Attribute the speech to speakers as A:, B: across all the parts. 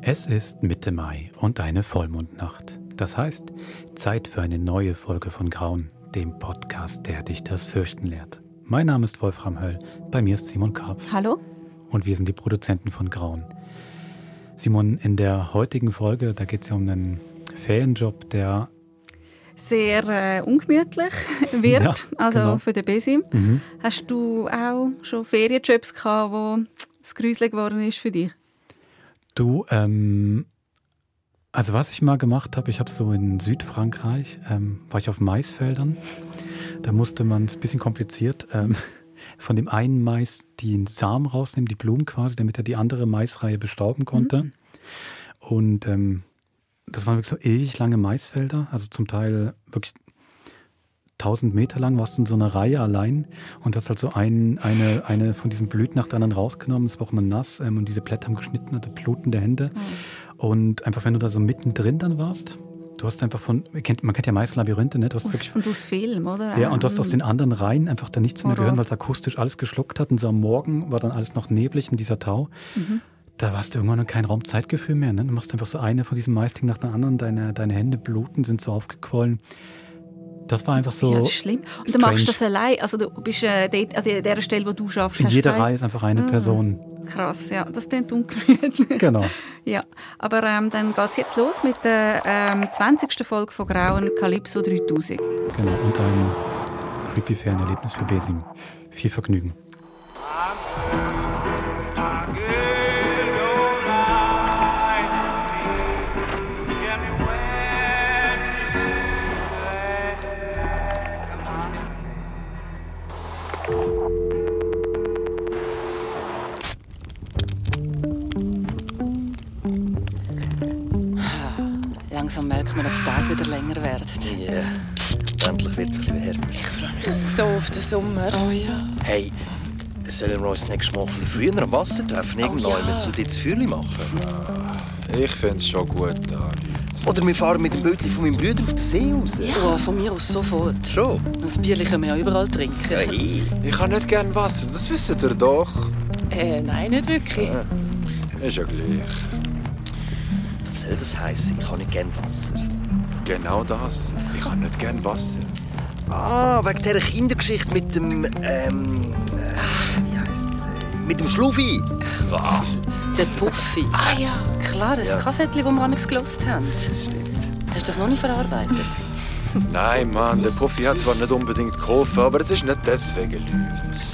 A: Es ist Mitte Mai und eine Vollmondnacht. Das heißt, Zeit für eine neue Folge von Grauen, dem Podcast, der dich das Fürchten lehrt. Mein Name ist Wolfram Höll, bei mir ist Simon Karpf
B: Hallo?
A: und wir sind die Produzenten von Grauen. Simon, in der heutigen Folge, da geht es ja um einen Ferienjob, der
B: Sehr äh, ungemütlich wird,
A: Ja,
B: also
A: genau.
B: für den Besim. Hast du auch schon Ferienjobs gehabt, wo es gruselig geworden ist für dich?
A: Du, ähm, also was ich mal gemacht habe, ich habe so in Südfrankreich, ähm, war ich auf Maisfeldern. Da musste man, es ein bisschen kompliziert, ähm, von dem einen Mais die Samen rausnehmen, die Blumen quasi, damit er die andere Maisreihe bestauben konnte. Und ähm, das waren wirklich so ewig lange Maisfelder, also zum Teil wirklich 1000 Meter lang warst du in so einer Reihe allein und hast halt so ein, eine, eine von diesen Blüten nach der anderen rausgenommen. Es war auch immer nass ähm, und diese Blätter haben geschnitten, hatte blutende Hände. Und einfach, wenn du da so mittendrin dann warst, du hast einfach von, ihr kennt, man kennt ja meist Labyrinthe, ne? du hast
B: Aus,
A: wirklich
B: und aus Film, oder? Ah.
A: ja, und du hast aus den anderen Reihen einfach da nichts mehr
B: Ähm. Horror.
A: gehört, weil es akustisch alles geschluckt hat. Und so am Morgen war dann alles noch neblig in dieser Tau.
B: Mhm.
A: Da warst du irgendwann kein Raumzeitgefühl mehr. Ne? Du machst einfach so eine von diesem Maisting nach der anderen. Deine, deine Hände bluten, sind so aufgequollen. Das war einfach so.
B: ja, das ist schlimm. Und du
A: strange.
B: machst das allein. Also du bist äh, dort, an der- der Stelle, wo du schaffst.
A: In jeder
B: keine-
A: Reihe ist einfach
B: Mhm.
A: eine Person.
B: Krass, ja. Das klingt ungemütlich.
A: Genau.
B: ja. Aber ähm, dann geht es jetzt los mit der ähm, 20. Folge von Grauen Calypso 3000.
A: genau. Und ein creepy fairen Erlebnis für Besing. Viel Vergnügen.
C: Langsam merkt man, dass die Tage wieder länger werden.
D: Ja, endlich wird es ein bisschen wärmer.
E: So auf den Sommer. Oh ja.
D: Hey, sollen wir uns das nächste Mal ein bisschen früher am Wasser treffen? Irgendwann oh, zu dir das Feuerli machen?
F: Ich finde es schon gut, Dani.
D: Oder wir fahren mit dem Bötli von meinem Bruder auf den See raus?
C: Ja, Oh, von mir aus sofort.
D: Schon?
C: Ein Bierchen können wir ja überall trinken.
D: Hey,
F: Ich kann nicht gern Wasser, das wisst ihr doch.
E: Äh, nein, nicht wirklich.
F: Ist ja gleich.
D: was soll das heißen? Ich habe nicht gerne Wasser.
F: Genau das. Ich kann nicht gern Wasser.
D: Ah, wegen dieser Kindergeschichte mit dem. ähm. Äh, wie heisst er? äh, Mit dem Schluffi.
C: Der Puffy. Ah ja. Klar, das Kassettchen, das wir amigs gelost haben. Hast du das noch nicht verarbeitet?
F: Nein, Mann, der Puffy hat zwar nicht unbedingt geholfen, aber es ist nicht deswegen, Leute.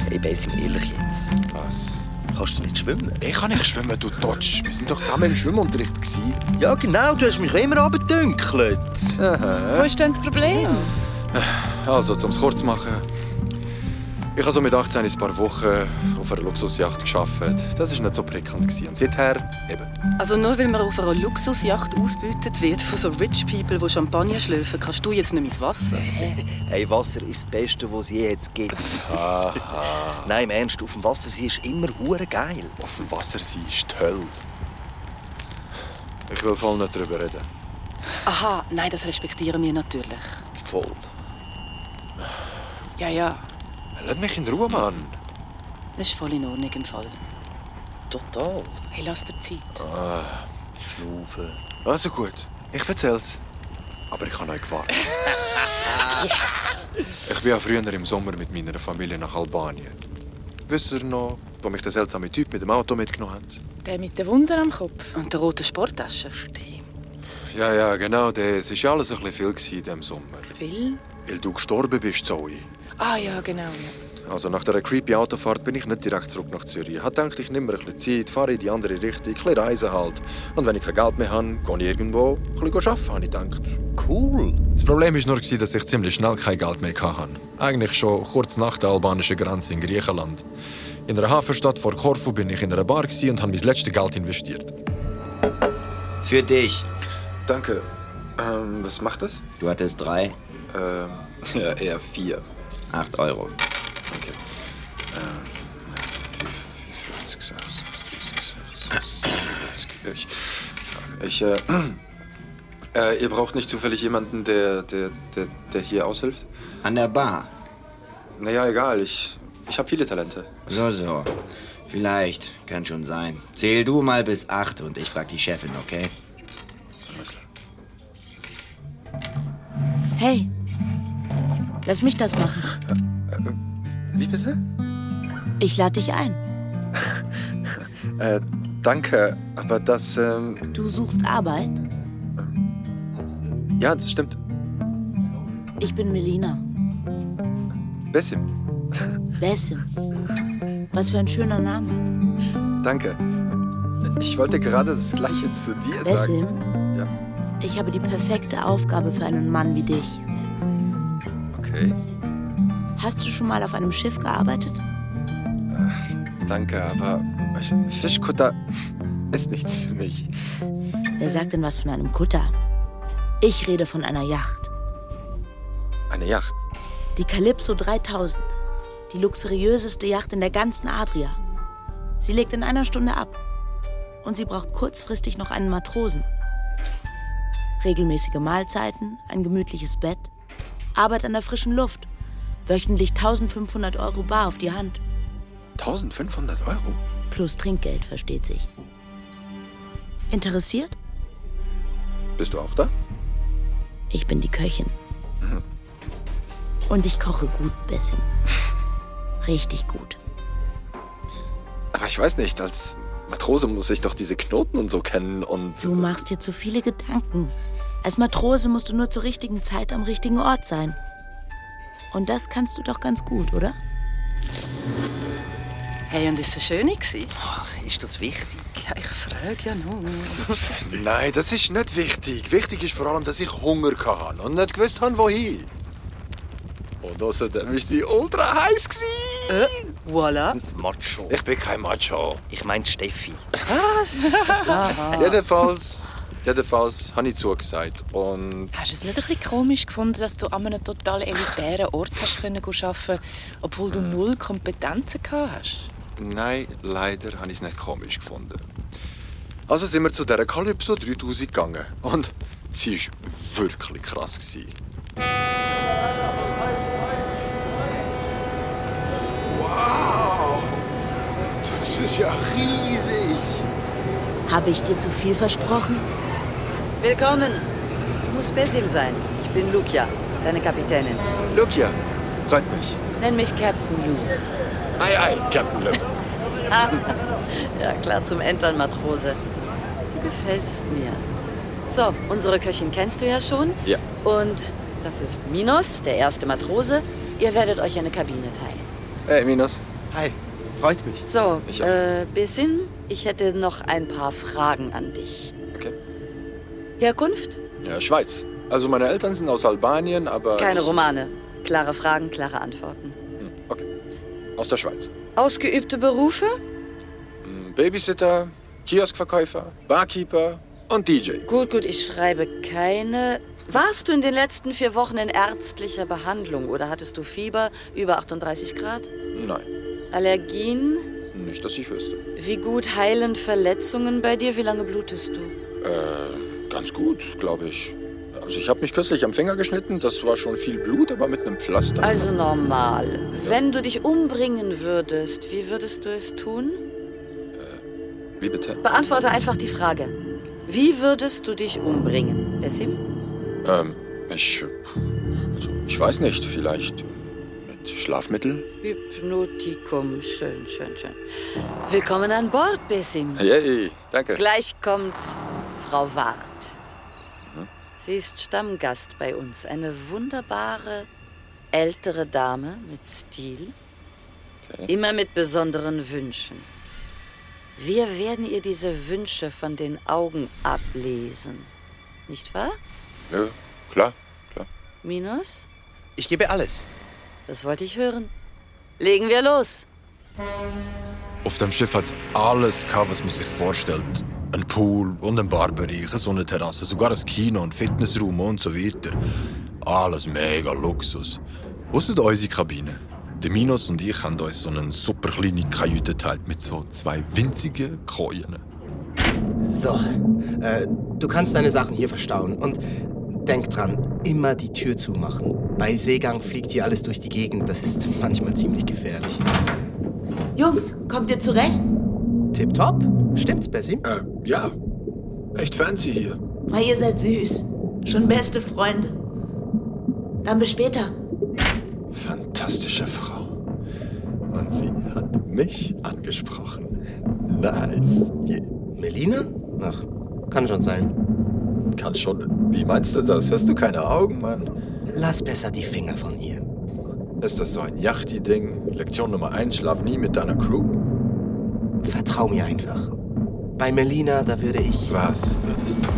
D: Hey, Basim, ehrlich jetzt.
F: Was?
D: Kannst du nicht schwimmen?
F: Ich kann nicht schwimmen, du Totsch. Wir sind doch zusammen im Schwimmunterricht. Gewesen.
D: Ja, genau, du hast mich immer abgedunkelt.
E: Wo ist denn das Problem?
F: Also, um es kurz zu machen. Ich habe so mit 18 ein paar Wochen auf einer Luxusjacht gearbeitet. Das war nicht so prickelnd. gewesen. Und seither eben.
C: Also nur weil man auf einer Luxusjacht ausgebeutet wird von so rich people, die Champagner schlürfen, kannst du jetzt nicht mehr ins Wasser.
D: Hey, Wasser ist das Beste, was es je jetzt gibt. Nein, im Ernst, auf dem Wasser sie ist immer hure geil.
F: Auf dem Wasser sein ist die Hölle. Ich will voll nicht darüber reden.
C: Aha, nein, das respektieren wir natürlich.
F: Voll.
C: Ja, ja.
F: Lass mich in Ruhe, Mann.
C: Das ist voll in Ordnung im Fall.
D: Total.
C: Hey, lass dir Zeit.
D: Schnaufen.
F: Also gut, ich erzähl's. Aber ich habe euch gewartet. Ich bin ja früher im Sommer mit meiner Familie nach Albanien. Wisst ihr noch, wo mich der seltsame Typ mit dem Auto mitgenommen hat?
E: Der mit den Wunder am Kopf.
C: Und der rote Sporttasche? Stimmt.
F: Ja, ja, genau das. Es war alles ein bisschen viel gewesen in diesem Sommer.
E: Will?
F: Weil du gestorben bist, Zoe.
E: Ah ja, genau. Ja.
F: Also nach dieser creepy Autofahrt bin ich nicht direkt zurück nach Zürich. Hat gedacht, ich nehme mir ein bisschen Zeit, fahre in die andere Richtung, ein bisschen reisen halt. Und wenn ich kein Geld mehr habe, gehe ich irgendwo ein bisschen arbeiten, habe ich gedacht.
D: Cool.
F: Das Problem war nur, gewesen, dass ich ziemlich schnell kein Geld mehr hatte. Eigentlich schon kurz nach der albanischen Grenze in Griechenland. In einer Hafenstadt vor Korfu bin ich in einer Bar gewesen und habe mein letztes Geld investiert.
G: Für dich.
F: Danke. Ähm, was macht das?
G: Du hattest drei,
F: Ähm, ja, eher vier.
G: acht Euro.
F: Okay. Ich, ich, äh, äh, ihr braucht nicht zufällig jemanden, der, der, der, der hier aushilft?
G: An der Bar.
F: Naja, egal, ich, ich habe viele Talente.
G: So, so. Vielleicht, kann schon sein. Zähl du mal bis acht und ich frag die Chefin, okay?
H: Hey, lass mich das machen.
I: Äh, Wie bitte?
H: Ich lade dich ein.
I: Äh, danke, aber das, ähm,
H: Du suchst Arbeit.
I: ja, das stimmt.
H: Ich bin Melina.
I: Bessim,
H: Bessim. Was für ein schöner Name.
I: danke. Ich wollte gerade das Gleiche zu dir
H: Bessim.
I: sagen. Ja,
H: Ich habe die perfekte Aufgabe für einen Mann wie dich.
I: okay.
H: Hast du schon mal auf einem Schiff gearbeitet?
I: Danke, aber Fischkutter ist nichts für mich.
H: Wer sagt denn was von einem Kutter? Ich rede von einer Yacht.
I: Eine Yacht.
H: Die Calypso 3000. Die luxuriöseste Yacht in der ganzen Adria. Sie legt in einer Stunde ab. Und sie braucht kurzfristig noch einen Matrosen. Regelmäßige Mahlzeiten, ein gemütliches Bett, Arbeit an der frischen Luft. Wöchentlich 1500 Euro bar auf die Hand.
I: 1500 Euro?
H: Plus Trinkgeld, versteht sich. Interessiert?
I: Bist du auch da? Mhm.
H: Ich bin die Köchin. Und ich koche gut, Bessim. Richtig gut.
I: Aber ich weiß nicht, als Matrose muss ich doch diese Knoten und so kennen und.
H: Du machst dir zu viele Gedanken. Als Matrose musst du nur zur richtigen Zeit am richtigen Ort sein. Und das kannst du doch ganz gut, oder?
C: Hey, und ist es schön gewesen?
D: Ach, ist das wichtig?
C: Ja, ich frage ja nur.
F: Nein, das ist nicht wichtig. Wichtig ist vor allem, dass ich Hunger hatte und nicht gewusst habe, wohin. Und außerdem war sie ultra heiß. Gewesen.
C: Äh, voilà.
D: Macho.
F: Ich bin kein Macho.
D: Ich meine Steffi.
C: Was?
J: Ah.
F: Jedenfalls, jedenfalls habe ich zugesagt. Und
E: Hast du es nicht ein bisschen komisch gefunden, dass du an einem total elitären Ort hast können gehen arbeiten, obwohl du null Kompetenzen gehabt hast?
F: nein, leider habe ich es nicht komisch gefunden. Also sind wir zu dieser Calypso 3000 gegangen. Und sie war wirklich krass. Gewesen. Wow! Das ist ja riesig!
H: Habe ich dir zu viel versprochen?
J: Willkommen. Muss Besim sein. Ich bin Lukia, deine Kapitänin.
F: Lukia, freut mich.
J: Nenn mich Captain Lu.
F: Ei, ei, Captain Luke.
J: Ja, klar, zum Entern, Matrose. Du gefällst mir. So, unsere Köchin kennst du ja schon.
F: Ja.
J: Und das ist Minos, der erste Matrose. Ihr werdet euch eine Kabine teilen.
F: Hey, Minos.
G: Hi, freut mich.
J: So,
F: Ich auch.
J: äh, Besim, ich hätte noch ein paar Fragen an dich.
F: Okay.
J: Herkunft?
F: Ja, Schweiz. Also meine Eltern sind aus Albanien, aber...
J: Keine
F: Äh, ich-
J: Romane. Klare Fragen, klare Antworten.
F: Okay. Aus der Schweiz.
J: Ausgeübte Berufe?
F: Hm, Babysitter, Kioskverkäufer, Barkeeper und DJ.
J: Gut, gut, ich schreibe keine. Warst du in den letzten vier Wochen in ärztlicher Behandlung oder hattest du Fieber über 38 Grad?
F: Nein,
J: Allergien?
F: nicht, dass ich wüsste.
J: Wie gut heilen Verletzungen bei dir? Wie lange blutest du?
F: Äh, ganz gut, glaube ich. Also ich habe mich kürzlich am Finger geschnitten, das war schon viel Blut, aber mit einem Pflaster.
J: Also normal. Wenn du dich umbringen würdest, wie würdest du es tun?
F: Wie bitte?
J: Beantworte einfach die Frage. Wie würdest du dich umbringen, Bessim?
F: Ähm, ich... Also, ich weiß nicht, vielleicht mit Schlafmittel?
J: Hypnotikum. Schön, schön, schön. Willkommen an Bord, Bessim.
F: Yay, danke.
J: Gleich kommt Frau Ward.
D: Mhm.
J: Sie ist Stammgast bei uns. Eine wunderbare, ältere Dame mit Stil. Immer mit besonderen Wünschen. Wir werden ihr diese Wünsche von den Augen ablesen. Nicht wahr,
F: Ja, klar, klar.
J: Minos?
D: Ich gebe alles.
J: Das wollte ich hören. Legen wir los.
F: Auf dem Schiff hat alles gehabt, was man sich vorstellt. Ein Pool und ein Barbereich, eine Sonnenterrasse, sogar ein Kino, ein Fitnessraum und so weiter. Alles mega Luxus. Ausser unsere Kabine. Der Minos und ich haben uns so eine super kleine Kajüte geteilt mit so zwei winzigen Kojen.
K: So, äh, du kannst deine Sachen hier verstauen und denk dran, immer die Tür zumachen. Bei Seegang fliegt hier alles durch die Gegend, das ist manchmal ziemlich gefährlich.
H: Jungs, kommt ihr zurecht?
K: Tipptopp? Stimmt's, Bessie?
F: Äh, ja. Echt fancy hier.
H: Weil ihr seid süß. Schon beste Freunde. Dann bis später.
F: Fantastische Frau. Und sie hat mich angesprochen. Nice.
K: Melina? Ach, kann schon sein.
F: Kann schon. Wie meinst du das? Hast du keine Augen, Mann?
K: Lass besser die Finger von ihr.
F: Ist das so ein Yachty-Ding? Lektion Nummer 1, schlaf nie mit deiner Crew.
K: Vertrau mir einfach. Bei Melina, da würde ich.
F: Was würdest du?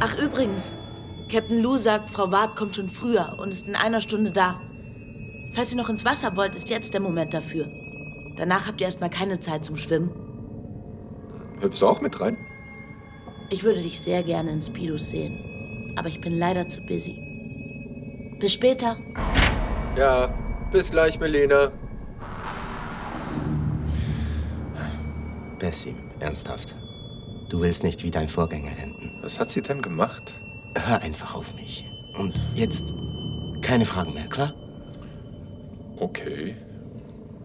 H: Ach übrigens, Captain Lou sagt, Frau Ward kommt schon früher und ist in einer Stunde da. Falls ihr noch ins Wasser wollt, ist jetzt der Moment dafür. Danach habt ihr erstmal keine Zeit zum Schwimmen.
F: Hüpfst du auch mit rein?
H: Ich würde dich sehr gerne in Speedos sehen, aber ich bin leider zu busy. Bis später.
I: Ja, bis gleich, Melina.
K: Bessie, ernsthaft. Du willst nicht wie dein Vorgänger enden.
F: Was hat sie denn gemacht?
K: Hör einfach auf mich. Und jetzt keine Fragen mehr, klar?
F: Okay.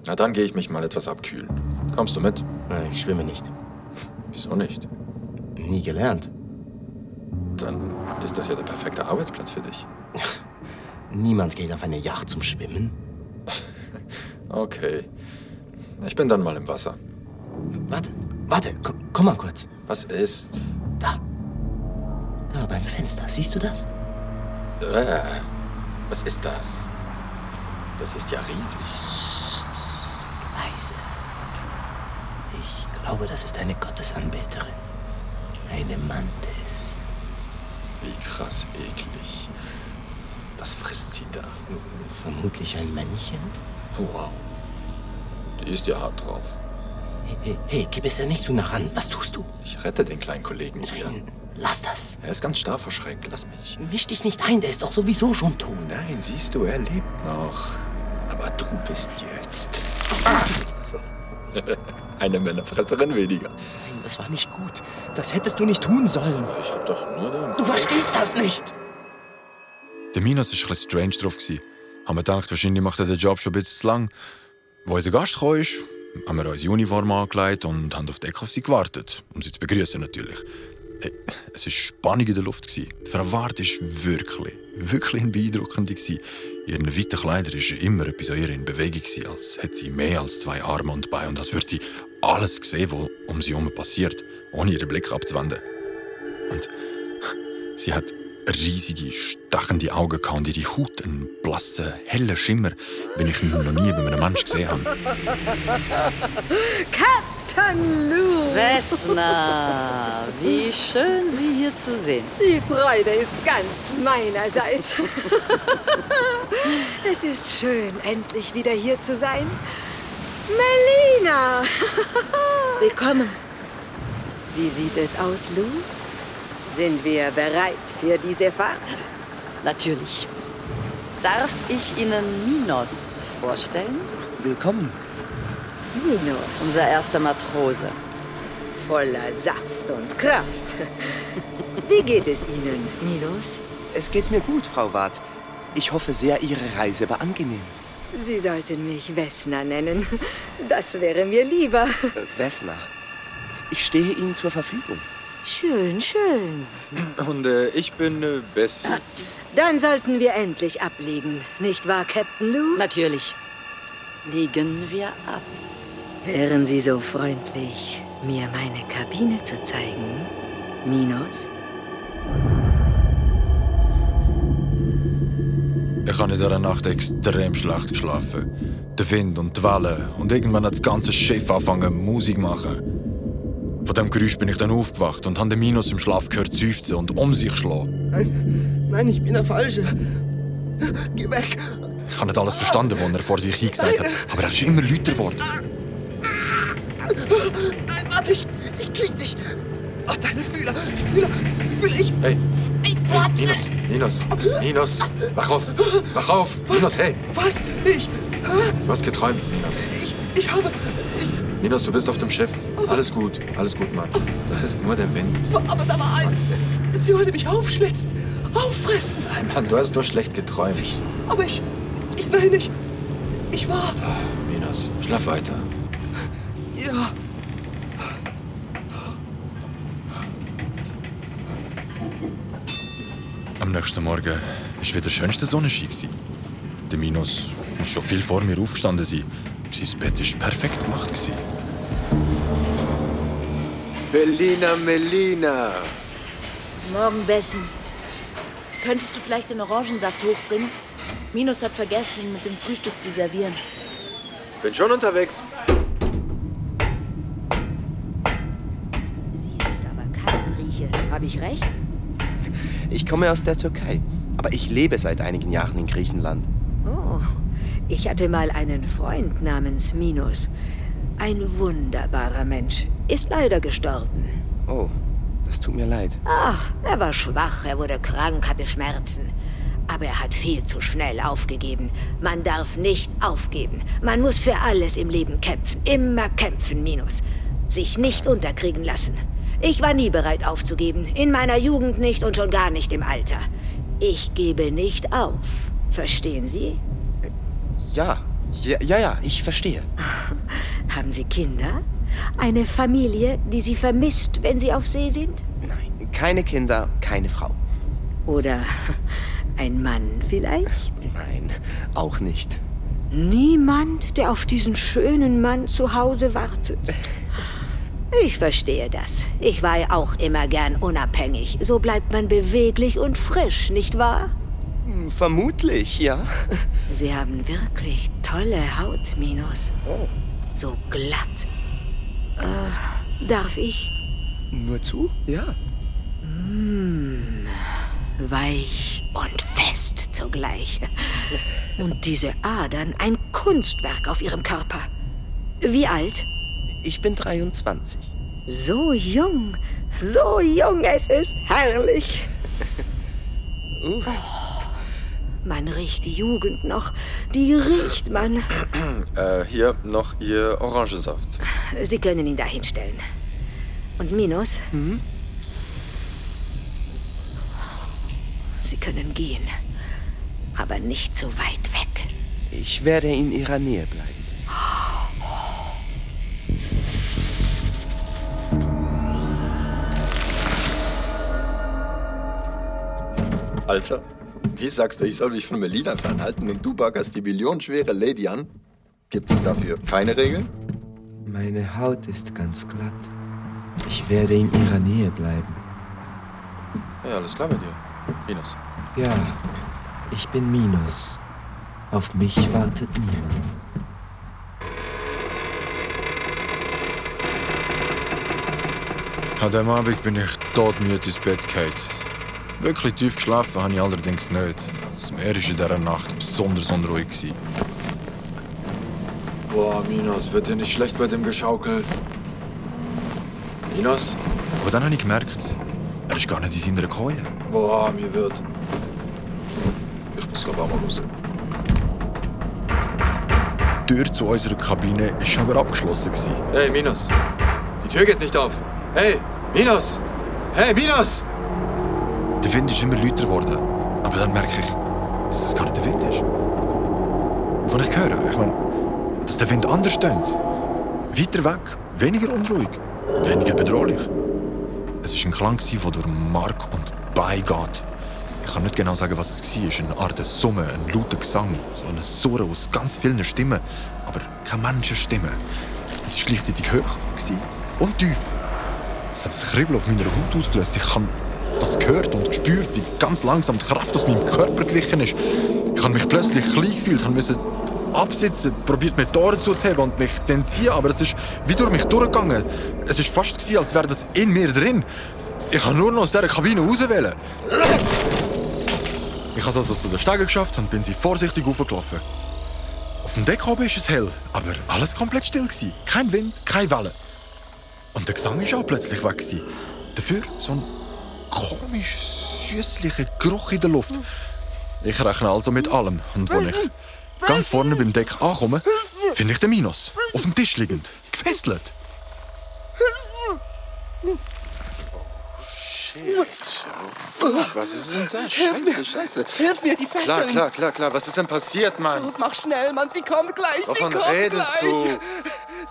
F: Na, dann gehe ich mich mal etwas abkühlen. Kommst du mit?
K: Äh, Ich schwimme nicht.
F: Wieso nicht?
K: Nie gelernt.
F: Dann ist das ja der perfekte Arbeitsplatz für dich.
K: Niemand geht auf eine Yacht zum Schwimmen.
F: Okay. Ich bin dann mal im Wasser.
K: Warte, warte, komm, komm mal kurz.
F: Was ist?
K: Da beim Fenster, siehst du das?
F: Äh, was ist das? Das ist ja riesig.
K: Leise. Ich glaube, das ist eine Gottesanbeterin. Eine Mantis.
F: Wie krass eklig. Was frisst sie da?
K: Vermutlich ein Männchen.
F: Wow. Die ist ja hart drauf.
K: Hey, hey, hey, gib es ja nicht so nah ran. Was tust du?
F: Ich rette den kleinen Kollegen hier.
K: Lass das.
F: Er ist ganz starr vor Schreck. Lass mich.
K: Misch dich nicht ein, der ist doch sowieso schon tot.
F: Nein, siehst du, er lebt noch. Aber du bist jetzt. Eine Männerfresserin weniger.
K: Nein, das war nicht gut. Das hättest du nicht tun sollen.
F: Ich hab doch nur den.
K: Du verstehst das nicht.
F: Der Minas war ein strange drauf. gsi. Haben wir gedacht, wahrscheinlich macht er den Job schon ein bisschen zu lang. Wo unser Gast kam, ist, haben wir unsere Uniform angelegt und haben auf die Ecke auf sie gewartet, um sie zu begrüßen natürlich. Äh, Es war Spannung in der Luft. gsi. Die Frau Ward war wirklich, wirklich ein beeindruckende. gsi. In ihren weiten Kleidern war immer etwas an ihr in Bewegung, gsi, als hätte sie mehr als zwei Arme und Beine und als würde sie alles sehen, was um sie herum passiert, ohne ihren Blick abzuwenden. Und Sie hat riesige, stachende Augen gehabt und ihre Haut einen blassen, hellen Schimmer, den ich noch nie bei einem Menschen gesehen habe.
L: Captain Lou!
J: Vesna, wie schön, Sie hier zu sehen.
L: Die Freude ist ganz meinerseits. es ist schön, endlich wieder hier zu sein. Melina!
H: Willkommen.
L: Wie sieht es aus, Lou? Sind wir bereit für diese Fahrt?
J: Natürlich. Darf ich Ihnen Minos vorstellen?
K: Willkommen.
L: Minos,
J: Unser erster Matrose.
L: voller Saft und Kraft. Wie geht es Ihnen, Minos?
K: Es geht mir gut, Frau Ward. Ich hoffe sehr, Ihre Reise war angenehm.
L: Sie sollten mich Vesna nennen. Das wäre mir lieber.
K: Vesna, Äh, ich stehe Ihnen zur Verfügung.
L: Schön, schön.
I: Und äh, ich bin äh, Bessie.
L: Dann sollten wir endlich ablegen, nicht wahr, Captain Lou?
J: Natürlich. Legen wir ab.
L: Wären Sie so freundlich, mir meine Kabine zu zeigen, Minos?
F: Ich habe in dieser Nacht extrem schlecht geschlafen. Der Wind und die Wellen und irgendwann hat das ganze Schiff angefangen, Musik zu machen. Von dem Geräusch bin ich dann aufgewacht und habe den Minos im Schlaf gehört seufzen und um sich schlagen.
K: Nein, ich bin der Falsche. Geh weg.
F: Ich habe nicht alles verstanden, was er vor sich hingesagt hat, aber er ist immer lauter geworden.
K: Nein, warte, ich, ich krieg dich. Ach, deine Fühler, die Fühler, die Fühler, ich,
F: Hey,
K: ich platze.
F: Minos, Minos, Minos, wach auf, wach auf, Minos, hey,
K: Was? Ich,
F: du hast geträumt, Minos.
K: ich, ich habe, ich,
F: Minos, du bist auf dem Schiff. Alles gut, alles gut, Mann. Das ist nur der Wind.
K: aber da war ein, sie wollte mich aufschlitzen, auffressen.
F: Nein, Mann, du hast nur schlecht geträumt.
K: Aber ich, ich, nein, ich, ich war,
F: Minos, schlaf weiter.
M: Ja.
F: Am nächsten Morgen war wieder schönste Sonnenschein. gewesen. Der Minos muss schon viel vor mir aufgestanden sein. Sein Bett war perfekt gemacht. gewesen.
I: Belina Melina.
H: Morgen, Bessie. Könntest du vielleicht den Orangensaft hochbringen? Minus hat vergessen, ihn mit dem Frühstück zu servieren.
I: Bin schon unterwegs.
L: Grieche, habe ich recht?
K: Ich komme aus der Türkei, aber ich lebe seit einigen Jahren in Griechenland.
L: Oh, ich hatte mal einen Freund namens Minos. Ein wunderbarer Mensch. Ist leider gestorben.
K: Oh, das tut mir leid.
L: Ach, er war schwach, er wurde krank, hatte Schmerzen. Aber er hat viel zu schnell aufgegeben. Man darf nicht aufgeben. Man muss für alles im Leben kämpfen. Immer kämpfen, Minus. Sich nicht unterkriegen lassen. Ich war nie bereit aufzugeben. In meiner Jugend nicht und schon gar nicht im Alter. Ich gebe nicht auf. Verstehen Sie?
K: Ja, ja, ja, ja ich verstehe.
L: Haben Sie Kinder? Eine Familie, die Sie vermisst, wenn Sie auf See sind?
K: Keine Kinder, keine Frau.
L: Oder ein Mann vielleicht?
K: Nein, auch nicht.
L: Niemand, der auf diesen schönen Mann zu Hause wartet. Ich verstehe das. Ich war ja auch immer gern unabhängig. So bleibt man beweglich und frisch, nicht wahr?
K: Hm, Vermutlich, ja.
L: Sie haben wirklich tolle Haut, Minos. So glatt. Äh, darf ich?
K: Nur zu? Ja.
L: Mm, weich und fest zugleich. Und diese Adern, ein Kunstwerk auf ihrem Körper. Wie alt?
K: Ich bin 23.
L: So jung, so jung, es ist herrlich. Oh,
K: Uh.
L: Man riecht die Jugend noch, die riecht man.
I: Äh, hier noch Ihr Orangensaft.
L: Sie können ihn da hinstellen. Und Minos?
J: Hm?
L: Sie können gehen, aber nicht zu weit weg.
K: Ich werde in ihrer Nähe bleiben.
F: Alter, wie sagst du, ich soll mich von Melina fernhalten und du baggerst die millionenschwere Lady an? Gibt's dafür keine Regeln?
K: Meine Haut ist ganz glatt. Ich werde in ihrer Nähe bleiben.
F: Ja, alles klar mit dir. Minus.
K: Ja, ich bin Minos. Auf mich wartet niemand.
F: An dem Abend bin ich todmüde ins Bett gefallen. Wirklich tief geschlafen habe ich allerdings nicht. Das Meer war in dieser Nacht besonders unruhig. gewesen.
I: Boah, Minos, wird dir nicht schlecht bei dem Geschaukel? Minos?
F: Aber dann habe ich gemerkt, er ist gar nicht in seiner Koje.
I: Boah, mir wird. Ich muss glaube auch mal raus.
F: Die Tür zu unserer Kabine war aber abgeschlossen. gewesen.
I: Hey, Minos. Die Tür geht nicht auf. Hey, Minos! Hey, Minos!
F: Der Wind ist immer lauter geworden. Aber dann merke ich, dass das gar nicht der Wind ist. Von ich höre, ich meine, dass der Wind anders tönt. Weiter weg, weniger unruhig, weniger bedrohlich. Es war ein Klang, der durch Mark und Bein geht. Ich kann nicht genau sagen, was es war. Eine Art Summe, ein lauter Gesang, so eine Surren aus ganz vielen Stimmen, aber keine Menschenstimme. Es war gleichzeitig hoch gewesen und tief. Es hat ein Kribbeln auf meiner Haut ausgelöst. Ich habe das gehört und gespürt, wie ganz langsam die Kraft aus meinem Körper gewichen ist. Ich habe mich plötzlich klein gefühlt, habe müssen absitzen, probiert mir die Ohren zuzuheben und mich zu entziehen, aber es ist wie durch mich durchgegangen. Es ist fast gewesen, als wäre das in mir drin. Ich kann nur noch aus dieser Kabine rauswählen. Ich habe es also zu den Stegen geschafft und bin sie vorsichtig hochgelaufen. Auf dem Deck oben ist es hell, aber alles komplett still gewesen. Kein Wind, keine Wellen. Und der Gesang ist auch plötzlich weg gewesen. Dafür so ein komisch süßlicher Geruch in der Luft. Ich rechne also mit allem und wenn ich ganz vorne beim Deck ankomme, finde ich den Minos auf dem Tisch liegend, gefesselt.
I: Shit. Was ist denn da? Scheiße, Scheiße.
E: Hilf mir, die Fesseln.
I: Klar, klar, klar, klar. Was ist denn passiert, Mann?
E: Los, mach schnell, Mann, sie kommt gleich. sie
I: Wovon
E: kommt
I: redest
E: gleich.
I: du?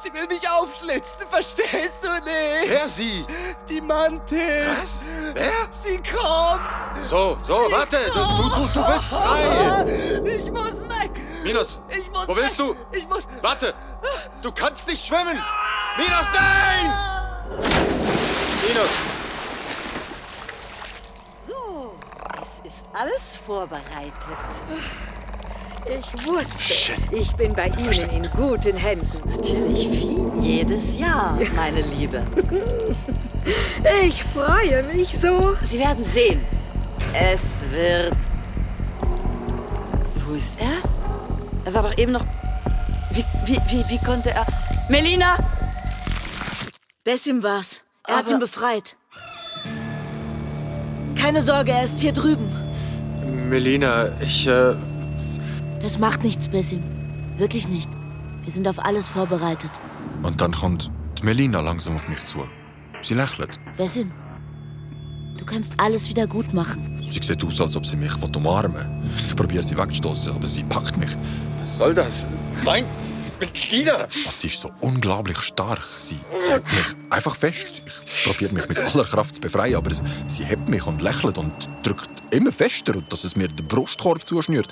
M: Sie will mich aufschlitzen, verstehst du nicht?
F: Wer sie?
M: Die Mantis.
F: Was? Wer?
M: Sie kommt.
F: So, so,
M: Sie
F: warte, du, du, du, du bist frei.
M: kommt. Ich muss weg.
F: Minus,
M: Ich muss
F: wo willst du?
M: weg. Ich muss...
F: Warte, du kannst nicht schwimmen. Minus, nein! Minus,
J: So, es ist alles vorbereitet. Ich wusste, ich bin bei Ihnen in guten Händen. Natürlich wie jedes Jahr, meine Liebe. Ich freue mich so. Sie werden sehen. Es wird. Wo ist er? Er war doch eben noch. Wie, wie, wie, wie konnte er. Melina!
H: Bessim war's. Er hat ihn befreit. Keine Sorge, er ist hier drüben.
I: Melina, ich, äh,
H: Das macht nichts, Bessim. Wirklich nicht. Wir sind auf alles vorbereitet.
F: Und dann kommt die Melina langsam auf mich zu. Sie lächelt.
H: Bessim, du kannst alles wieder gut machen.
F: Sie sieht aus, als ob sie mich will umarmen will. Ich probiere sie wegzustoßen, aber sie packt mich.
I: was soll das? Nein, Melina!
F: Und Ah, sie ist so unglaublich stark. Sie hält mich einfach fest. Ich probiere mich mit aller Kraft zu befreien, aber sie hebt mich und lächelt und drückt immer fester, dass es mir den Brustkorb zuschnürt.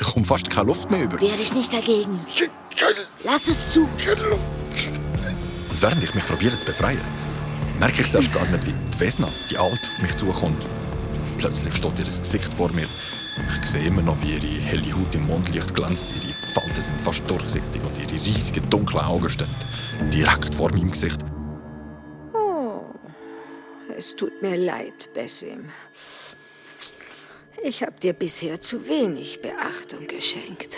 F: Ich komme fast keine Luft mehr über.
H: Wehr dich nicht dagegen. Lass es zu.
F: Und während ich mich probiere zu befreien, merke ich zuerst gar nicht, wie die Vesna, die Alte, auf mich zukommt. Plötzlich steht ihr Gesicht vor mir. Ich sehe immer noch, wie ihre helle Haut im Mondlicht glänzt, ihre Falten sind fast durchsichtig und ihre riesigen dunklen Augen stehen direkt vor meinem Gesicht.
L: Oh, es tut mir leid, Bessim. Ich habe dir bisher zu wenig Beachtung geschenkt.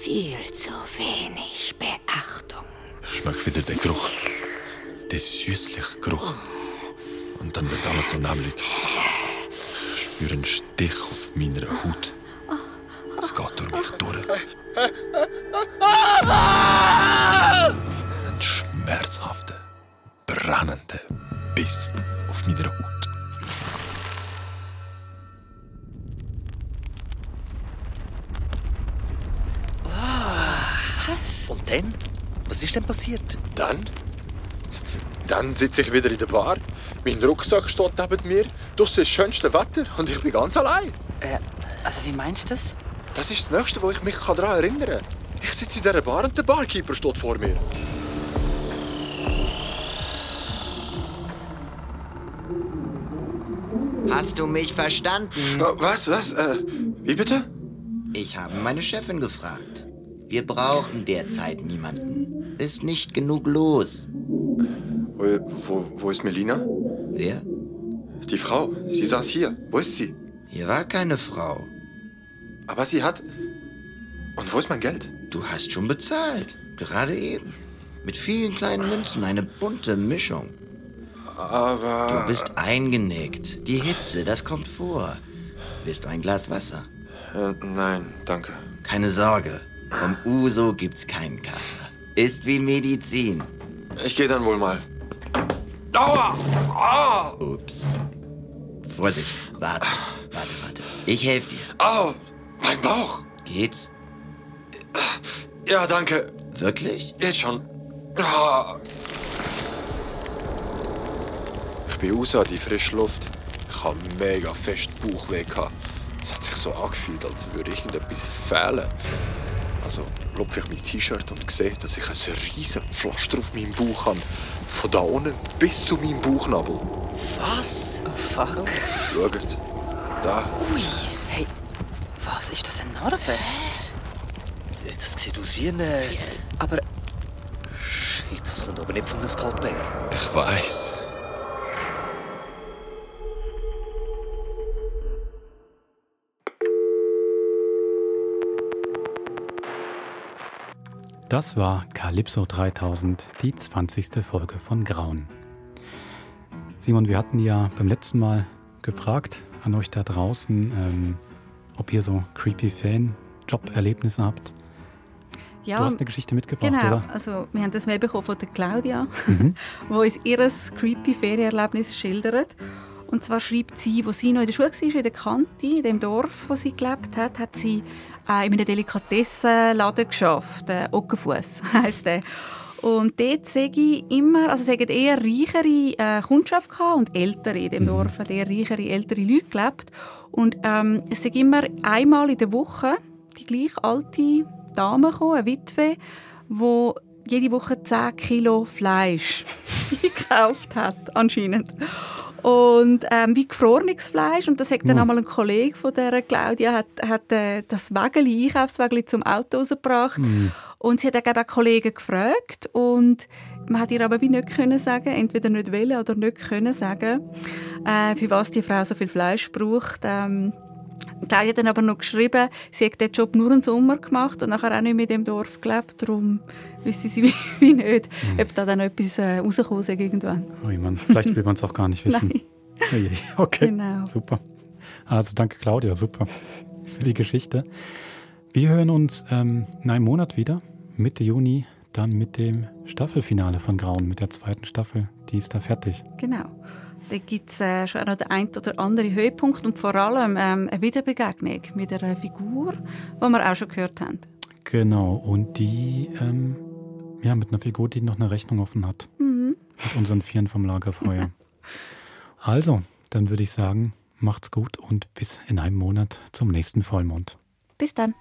L: Viel zu wenig Beachtung.
F: Ich schmecke wieder den Geruch. Den süßlichen Geruch. Und dann wird alles so neblig. Ich spüre einen Stich auf meiner Haut. Es geht durch mich durch. Ein schmerzhafter, brennender Biss auf meiner Haut.
D: Was? Und dann? Was ist denn passiert?
I: Dann? Dann sitze ich wieder in der Bar. Mein Rucksack steht neben mir. Draussen ist das schönste Wetter und ich bin ganz allein.
C: Äh, also wie meinst du das?
I: Das ist das Nächste, wo ich mich daran erinnern kann. Ich sitze in dieser Bar und der Barkeeper steht vor mir.
G: Hast du mich verstanden?
F: Oh,
I: Was, was?
F: Äh,
I: wie bitte?
G: Ich habe meine Chefin gefragt. Wir brauchen derzeit niemanden. Ist nicht genug los.
I: Wo,
F: Äh,
I: wo, wo ist Melina?
G: Wer?
I: Die Frau. Sie saß hier. Wo ist sie?
G: Hier war keine Frau.
I: Aber sie hat. Und wo ist mein Geld?
G: Du hast schon bezahlt. Gerade eben. Mit vielen kleinen Münzen. Eine bunte Mischung.
I: Aber.
G: Du bist eingenickt. Die Hitze, das kommt vor. Willst du ein Glas Wasser?
I: Äh, nein, danke.
G: Keine Sorge. Vom Uso gibt's keinen Kater. Ist wie Medizin.
I: Ich gehe dann wohl mal.
G: Aua! Ah!
I: Oh.
G: Ups. Vorsicht. Warte, warte, warte. Ich helfe dir.
I: Au! Oh, Mein Bauch!
G: Geht's?
I: Ja, danke.
G: Wirklich?
I: Jetzt schon. Ah. Ich bin raus an die frische Luft. Ich habe mega fest Bauchweh. gehabt. Es hat sich so angefühlt, als würde irgendetwas fehlen. Also lupfe ich mein T-Shirt und sehe, dass ich ein riesen Pflaster auf meinem Bauch habe. Von da unten bis zu meinem Bauchnabel.
C: Was? Oh, fuck.
I: Schaut. Da.
C: Ui. Hey, was ist das in Narbe?
D: Das sieht aus wie ein. äh,
C: Aber
D: Shit, das kommt aber nicht von einem Skalpell.
F: Ich weiß.
A: Das war Calypso 3000, die 20. Folge von Grauen. Simon, wir hatten ja beim letzten Mal gefragt an euch da draußen, ähm, ob ihr so creepy Fan-Job-Erlebnisse habt. Du hast eine Geschichte mitgebracht,
B: genau.
A: oder?
B: Also, wir haben das Mail bekommen von der Claudia,
A: Mhm.
B: wo uns ihr creepy Ferienerlebnis schildert. Und zwar schreibt sie, wo sie noch in der Schule war, in der Kante, in dem Dorf, wo sie gelebt hat, hat sie äh, in einem Delikatessenladen geschafft. Äh, Ockenfuss heisst der. Und dort sehe ich immer, also es hat eher reichere äh, Kundschaft gehabt und ältere in
A: Mhm.
B: dem Dorf, hat eher reichere, ältere Leute gelebt. Und ähm, es sind immer einmal in der Woche die gleich alte Dame gekommen, eine Witwe, wo jede Woche 10 Kilo Fleisch gekauft hat, anscheinend. Und ähm, wie gefrorenes Fleisch. Und das hat dann
N: Ja.
B: einmal ein Kollege von der Claudia hat, hat äh, das Wägeli, Einkaufswägeli zum Auto rausgebracht.
H: Hm.
N: Mhm.
B: Und sie hat dann eben auch Kollegen gefragt und man hat ihr aber wie nicht können sagen, entweder nicht wollen oder nicht können sagen, äh, für was die Frau so viel Fleisch braucht. Ähm, Claudia hat dann aber noch geschrieben, sie hat den Job nur einen Sommer gemacht und nachher auch nicht mehr in dem Dorf gelebt, darum wissen sie wie, wie nicht, ob da dann etwas äh, rausgekommen sei irgendwann.
A: Ui, Oh Mann, vielleicht will man es auch gar nicht wissen.
B: Nein.
A: Ui, Okay,
B: Genau.
A: super. Also danke Claudia, super für die Geschichte. Wir hören uns ähm, in einem Monat wieder, Mitte Juni, dann mit dem Staffelfinale von Grauen, mit der zweiten Staffel. Die ist da fertig.
B: Genau. Da gibt es äh, schon auch noch den einen oder anderen Höhepunkt und vor allem ähm, eine Wiederbegegnung mit einer Figur, die wir auch schon gehört haben.
A: Genau, und die, ähm, ja, mit einer Figur, die noch eine Rechnung offen hat.
B: Mhm.
A: Mit unseren Vieren vom Lagerfeuer. also, dann würde ich sagen, macht's gut und bis in einem Monat zum nächsten Vollmond.
B: Bis dann.